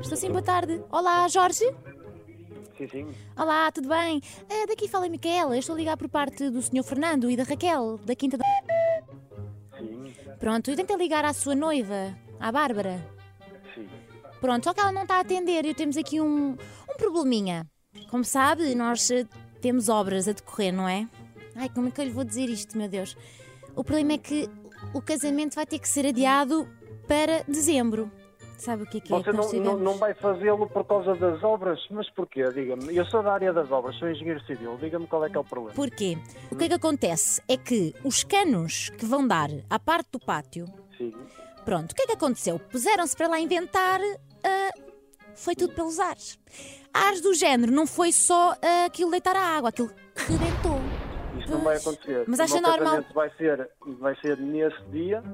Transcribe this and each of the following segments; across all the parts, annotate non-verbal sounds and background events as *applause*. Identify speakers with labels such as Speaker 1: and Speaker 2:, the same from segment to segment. Speaker 1: Estou sim, boa tarde. Olá, Jorge.
Speaker 2: Sim, sim.
Speaker 1: Olá, tudo bem? Ah, daqui fala a Micaela. Estou a ligar por parte do Sr. Fernando e da Raquel, da Quinta da.
Speaker 2: Sim,
Speaker 1: Pronto, eu tentei ligar à sua noiva, à Bárbara.
Speaker 2: sim.
Speaker 1: Pronto, só que ela não está a atender e temos aqui um, um probleminha. Como sabe, nós eh, temos obras a decorrer, não é? Ai, como é que eu lhe vou dizer isto, meu Deus? O problema é que o casamento vai ter que ser adiado para dezembro. Sabe o que é que é?
Speaker 2: Você
Speaker 1: que nós
Speaker 2: não, não,
Speaker 1: tivemos?
Speaker 2: não vai fazê-lo por causa das obras, mas porquê? Diga-me. Eu sou da área das obras, sou engenheiro civil. Diga-me qual é que é o problema.
Speaker 1: Porquê? O que é que acontece é que os canos que vão dar à parte do pátio,
Speaker 2: Sim.
Speaker 1: pronto, o que é que aconteceu? Puseram-se para lá inventar, ah, foi tudo pelos ares. Ares do género, não foi só ah, aquilo deitar a água, aquilo rebentou.
Speaker 2: Isso não vai acontecer.
Speaker 1: Mas
Speaker 2: O
Speaker 1: acha
Speaker 2: meu
Speaker 1: normal?
Speaker 2: casamento Vai ser, vai ser nesse dia.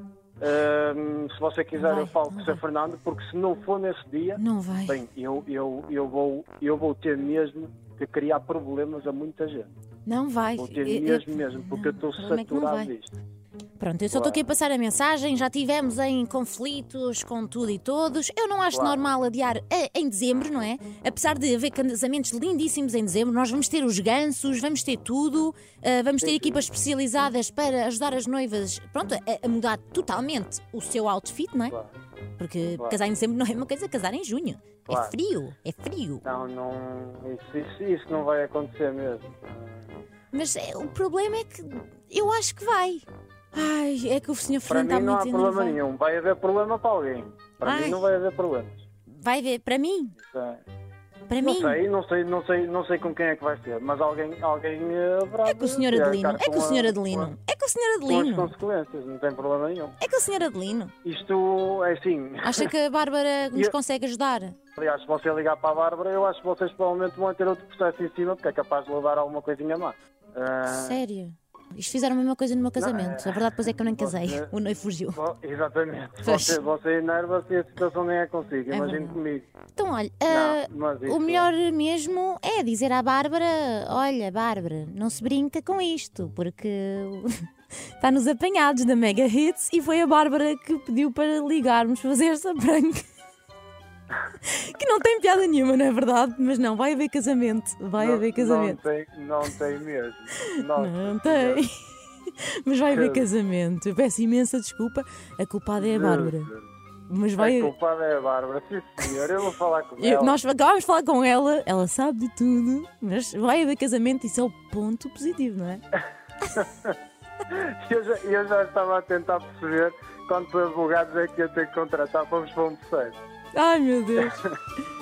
Speaker 2: Ahm, se você quiser,
Speaker 1: Vai,
Speaker 2: eu falo com
Speaker 1: não
Speaker 2: o Sr. Fernando, porque se não for nesse dia,
Speaker 1: Não vai.
Speaker 2: bem, eu, eu, eu, vou, eu vou ter mesmo que criar problemas a muita gente.
Speaker 1: Não vai.
Speaker 2: Vou ter
Speaker 1: É Eu- eu-
Speaker 2: mesmo, mesmo, porque eu
Speaker 1: Não,
Speaker 2: estou
Speaker 1: o problema é que não
Speaker 2: saturado
Speaker 1: vai.
Speaker 2: disto.
Speaker 1: Pronto, eu só estou aqui a passar a mensagem. Já tivemos em conflitos com tudo e todos. Eu não acho
Speaker 2: Claro.
Speaker 1: normal adiar eh, em dezembro, não é? Apesar de haver casamentos lindíssimos em dezembro, nós vamos ter os gansos, vamos ter tudo, eh, vamos ter
Speaker 2: Sim, sim.
Speaker 1: equipas especializadas para ajudar as noivas, pronto, a, a mudar totalmente o seu outfit, não é?
Speaker 2: Claro.
Speaker 1: Porque
Speaker 2: Claro.
Speaker 1: casar em dezembro não é uma coisa, casar em junho. É
Speaker 2: Claro.
Speaker 1: frio, é frio.
Speaker 2: Não, não. Isso, isso, isso não vai acontecer mesmo.
Speaker 1: Mas eh, o problema é que eu acho que vai. Ai, é que o senhor
Speaker 2: Para
Speaker 1: Fernando está
Speaker 2: mim não há
Speaker 1: muito
Speaker 2: problema
Speaker 1: enervado.
Speaker 2: nenhum. Vai haver problema para alguém. Para
Speaker 1: Ai.
Speaker 2: mim não vai haver problemas.
Speaker 1: Vai ver, para mim,
Speaker 2: Isso é-
Speaker 1: para
Speaker 2: Não
Speaker 1: mim.
Speaker 2: sei, não sei, não sei, não sei com quem é que vai ser, mas alguém, alguém eh, haverá
Speaker 1: É que o
Speaker 2: de
Speaker 1: senhor
Speaker 2: ter a
Speaker 1: Adelino,
Speaker 2: cara
Speaker 1: é que o
Speaker 2: com a-
Speaker 1: senhor
Speaker 2: com
Speaker 1: Adelino, é que o senhor
Speaker 2: a- Com as
Speaker 1: Adelino,
Speaker 2: consequências, não tem problema nenhum.
Speaker 1: é que o senhor Adelino.
Speaker 2: Isto é assim. *laughs*
Speaker 1: Acha que a Bárbara nos
Speaker 2: Eu-
Speaker 1: consegue ajudar?
Speaker 2: Aliás, se você ligar para a Bárbara, eu acho que vocês provavelmente vão ter outro processo em cima, porque é capaz de levar alguma coisinha má. Ah,
Speaker 1: Sério? Isto fizeram a mesma coisa no meu casamento. A verdade, depois é que eu nem casei.
Speaker 2: Você-
Speaker 1: O noivo fugiu.
Speaker 2: bom, exatamente.
Speaker 1: Pois.
Speaker 2: Você, você enerva-se e a situação nem é consigo,
Speaker 1: É
Speaker 2: imagine
Speaker 1: verdade.
Speaker 2: comigo.
Speaker 1: Então, olha, ah,
Speaker 2: Não, mas isso-
Speaker 1: o melhor mesmo é dizer à Bárbara: Olha, Bárbara, não se brinca com isto, porque *laughs* está nos apanhados da Mega Hits e foi a Bárbara que pediu para ligarmos fazer esta prank. *laughs* que não tem piada nenhuma, não é verdade? Mas não, vai haver casamento. Vai
Speaker 2: não,
Speaker 1: haver casamento.
Speaker 2: Não tem, não tem mesmo. Nossa
Speaker 1: Não tem. *laughs* Mas vai haver
Speaker 2: Que-
Speaker 1: casamento. Eu peço imensa desculpa. A culpada é a
Speaker 2: Senhora.
Speaker 1: Bárbara. Mas vai.
Speaker 2: A culpada é a Bárbara. Sim, senhor, eu vou falar com
Speaker 1: Eu-
Speaker 2: ela.
Speaker 1: nós acabámos de falar com ela, ela sabe de tudo, mas vai haver casamento, isso é o ponto positivo, não é?
Speaker 2: Eu, já, eu já estava a tentar perceber quantos advogados é que ia ter que contratar. Fomos para um processo.
Speaker 1: Ai meu Deus!